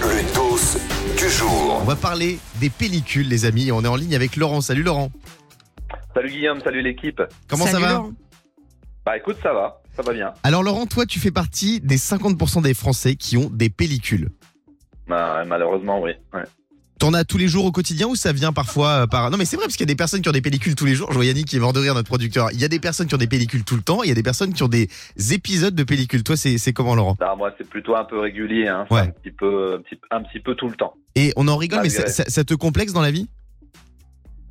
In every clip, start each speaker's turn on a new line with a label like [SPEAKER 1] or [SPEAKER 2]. [SPEAKER 1] Le dos du jour.
[SPEAKER 2] On va parler des pellicules, les amis. On est en ligne avec Laurent. Salut Laurent.
[SPEAKER 3] Salut Guillaume, salut l'équipe.
[SPEAKER 2] Comment
[SPEAKER 4] Salut,
[SPEAKER 2] ça va
[SPEAKER 4] Laurent.
[SPEAKER 3] Bah écoute, ça va, ça va bien.
[SPEAKER 2] Alors Laurent, toi, tu fais partie des 50% des Français qui ont des pellicules.
[SPEAKER 3] Bah, malheureusement, oui. Ouais.
[SPEAKER 2] T'en as tous les jours au quotidien ou ça vient parfois euh, par... Non mais c'est vrai parce qu'il y a des personnes qui ont des pellicules tous les jours. Je vois Yannick qui est mort de rire, notre producteur. Il y a des personnes qui ont des pellicules tout le temps. Il y a des personnes qui ont des épisodes de pellicules. Toi, c'est c'est comment Laurent
[SPEAKER 3] Bah, moi, c'est plutôt un peu régulier, hein. C'est
[SPEAKER 2] Ouais.
[SPEAKER 3] un, petit peu, un, petit, un petit peu tout le temps.
[SPEAKER 2] Et on en rigole, Ah, mais ça,
[SPEAKER 3] Malgré.
[SPEAKER 2] ça- ça te complexe dans la vie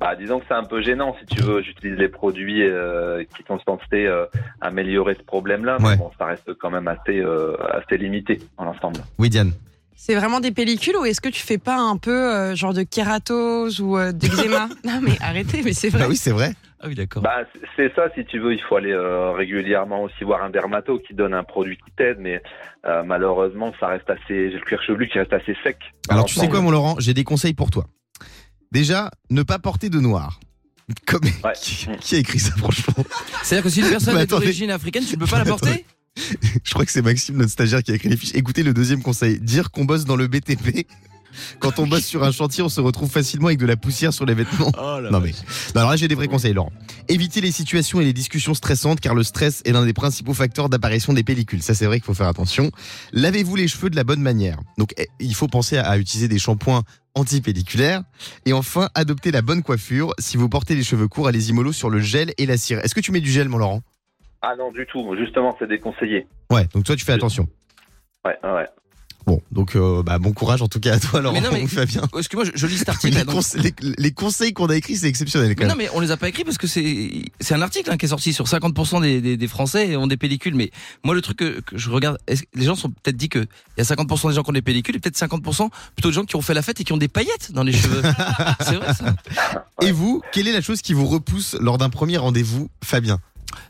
[SPEAKER 3] Bah, disons que c'est un peu gênant, si tu veux. J'utilise les produits euh, qui sont censés euh, améliorer ce problème-là, mais
[SPEAKER 2] Ouais.
[SPEAKER 3] bon, ça reste quand même assez, euh, assez limité en l'ensemble.
[SPEAKER 2] Oui, Diane.
[SPEAKER 4] C'est vraiment des pellicules ou est-ce que tu fais pas un peu euh, genre de kératose ou euh, d'eczéma Non mais arrêtez, mais c'est vrai.
[SPEAKER 2] Bah oui, c'est vrai.
[SPEAKER 5] Ah oui, d'accord.
[SPEAKER 3] Bah, c'est- c'est ça, si tu veux, il faut aller euh, régulièrement aussi voir un dermato qui donne un produit qui t'aide, mais euh, malheureusement, ça reste assez. J'ai le cuir chevelu qui reste assez sec. dans
[SPEAKER 2] Alors tu sais
[SPEAKER 3] l'ensemble.
[SPEAKER 2] quoi mon Laurent, j'ai des conseils pour toi. Déjà, ne pas porter de noir. Comme
[SPEAKER 3] Ouais.
[SPEAKER 2] qui, qui a écrit ça franchement
[SPEAKER 5] C'est-à-dire que si une personne
[SPEAKER 2] Mais
[SPEAKER 5] est
[SPEAKER 2] attendez.
[SPEAKER 5] d'origine africaine, tu ne peux pas la porter
[SPEAKER 2] Je crois que c'est Maxime notre stagiaire qui a écrit les fiches. Écoutez le deuxième conseil, dire qu'on bosse dans le BTP. Quand on bosse sur un chantier, on se retrouve facilement avec de la poussière sur les vêtements.
[SPEAKER 5] Oh là
[SPEAKER 2] Non mais non, alors là j'ai des vrais conseils Laurent. Évitez les situations et les discussions stressantes car le stress est l'un des principaux facteurs d'apparition des pellicules. Ça c'est vrai qu'il faut faire attention. Lavez-vous les cheveux de la bonne manière. Donc eh, il faut penser à, à utiliser des shampoings anti-pelliculaires et enfin adoptez la bonne coiffure. Si vous portez les cheveux courts, allez-y mollo sur le gel et la cire. Est-ce que tu mets du gel mon Laurent
[SPEAKER 3] Ah non, du tout. Justement, c'est déconseillé.
[SPEAKER 2] Ouais, donc toi tu fais attention.
[SPEAKER 3] Ouais, ouais.
[SPEAKER 2] Bon, donc euh, bah, bon courage en tout cas à toi Laurent
[SPEAKER 5] Mais non, mais-
[SPEAKER 2] ou Fabien.
[SPEAKER 5] Parce que moi, je, je lis cet
[SPEAKER 2] Les,
[SPEAKER 5] article. là, donc-
[SPEAKER 2] conse- les- les conseils qu'on a écrits c'est exceptionnel quand
[SPEAKER 5] Mais
[SPEAKER 2] même.
[SPEAKER 5] non, mais on les a pas écrits parce que c'est c'est un article hein, qui est sorti sur 50% des, des, des Français ont des pellicules. Mais moi, le truc que, que je regarde, est-ce que les gens sont peut-être dit que il y a 50% des gens qui ont des pellicules et peut-être 50% plutôt de gens qui ont fait la fête et qui ont des paillettes dans les cheveux. c'est vrai ça.
[SPEAKER 2] Et vous, quelle est la chose qui vous repousse lors d'un premier rendez-vous Fabien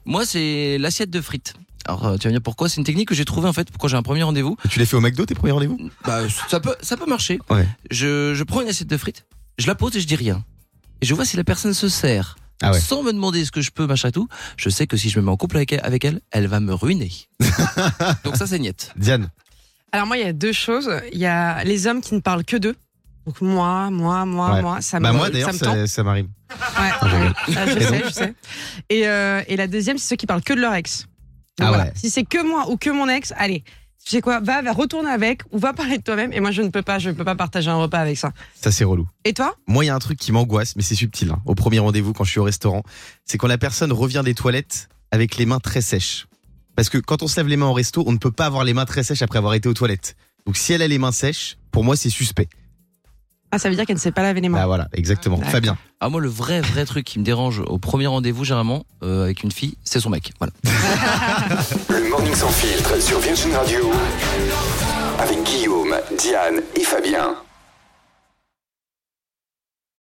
[SPEAKER 5] Moi, c'est l'assiette de frites. Alors, euh, tu vas me dire pourquoi C'est une technique que j'ai trouvée en fait quand j'ai un premier rendez-vous.
[SPEAKER 2] Tu l'as fait au McDo tes premiers rendez-vous
[SPEAKER 5] Bah, ça peut, ça peut marcher.
[SPEAKER 2] Ouais.
[SPEAKER 5] Je, je prends une assiette de frites, je la pose et je dis rien. Et je vois si la personne se sert.
[SPEAKER 2] Ah ouais.
[SPEAKER 5] Sans me demander ce que je peux, machin et tout. Je sais que si je me mets en couple avec elle, avec elle, elle va me ruiner. Donc ça, c'est niette.
[SPEAKER 2] Diane,
[SPEAKER 4] Alors moi il y a deux choses. Il y a les hommes qui ne parlent que d'eux. Donc moi, moi, moi,
[SPEAKER 2] Ouais.
[SPEAKER 4] moi, ça
[SPEAKER 2] bah
[SPEAKER 4] me,
[SPEAKER 2] moi
[SPEAKER 4] ça
[SPEAKER 2] d'ailleurs
[SPEAKER 4] me tente.
[SPEAKER 2] ça, ça m'arrive.
[SPEAKER 4] Ouais.
[SPEAKER 2] rigole.
[SPEAKER 4] Ah, je
[SPEAKER 2] Et
[SPEAKER 4] sais,
[SPEAKER 2] donc
[SPEAKER 4] je sais. Et, euh, et la deuxième, c'est ceux qui parlent que de leur ex. Donc
[SPEAKER 2] Ah
[SPEAKER 4] voilà.
[SPEAKER 2] ouais.
[SPEAKER 4] Si c'est que moi ou que mon ex, allez. Tu sais quoi, va, va retourner avec ou va parler de toi-même. Et moi, je ne peux pas, je ne peux pas partager un repas avec ça.
[SPEAKER 2] Ça c'est relou.
[SPEAKER 4] Et toi
[SPEAKER 2] Moi il y a un truc qui m'angoisse, mais c'est subtil. hein, au premier rendez-vous quand je suis au restaurant, c'est quand la personne revient des toilettes avec les mains très sèches. Parce que quand on se lave les mains en resto, on ne peut pas avoir les mains très sèches après avoir été aux toilettes. Donc si elle a les mains sèches, pour moi c'est suspect.
[SPEAKER 4] Ah, ça veut dire qu'elle ne sait pas laver les mains.
[SPEAKER 2] Bah voilà, exactement.
[SPEAKER 4] D'accord.
[SPEAKER 2] Fabien,
[SPEAKER 5] Ah, moi, le vrai, vrai truc qui me dérange au premier rendez-vous, généralement, euh, avec une fille, c'est son mec. Voilà.
[SPEAKER 1] Le morning sans filtre sur Virgin Radio. Avec Guillaume, Diane et Fabien.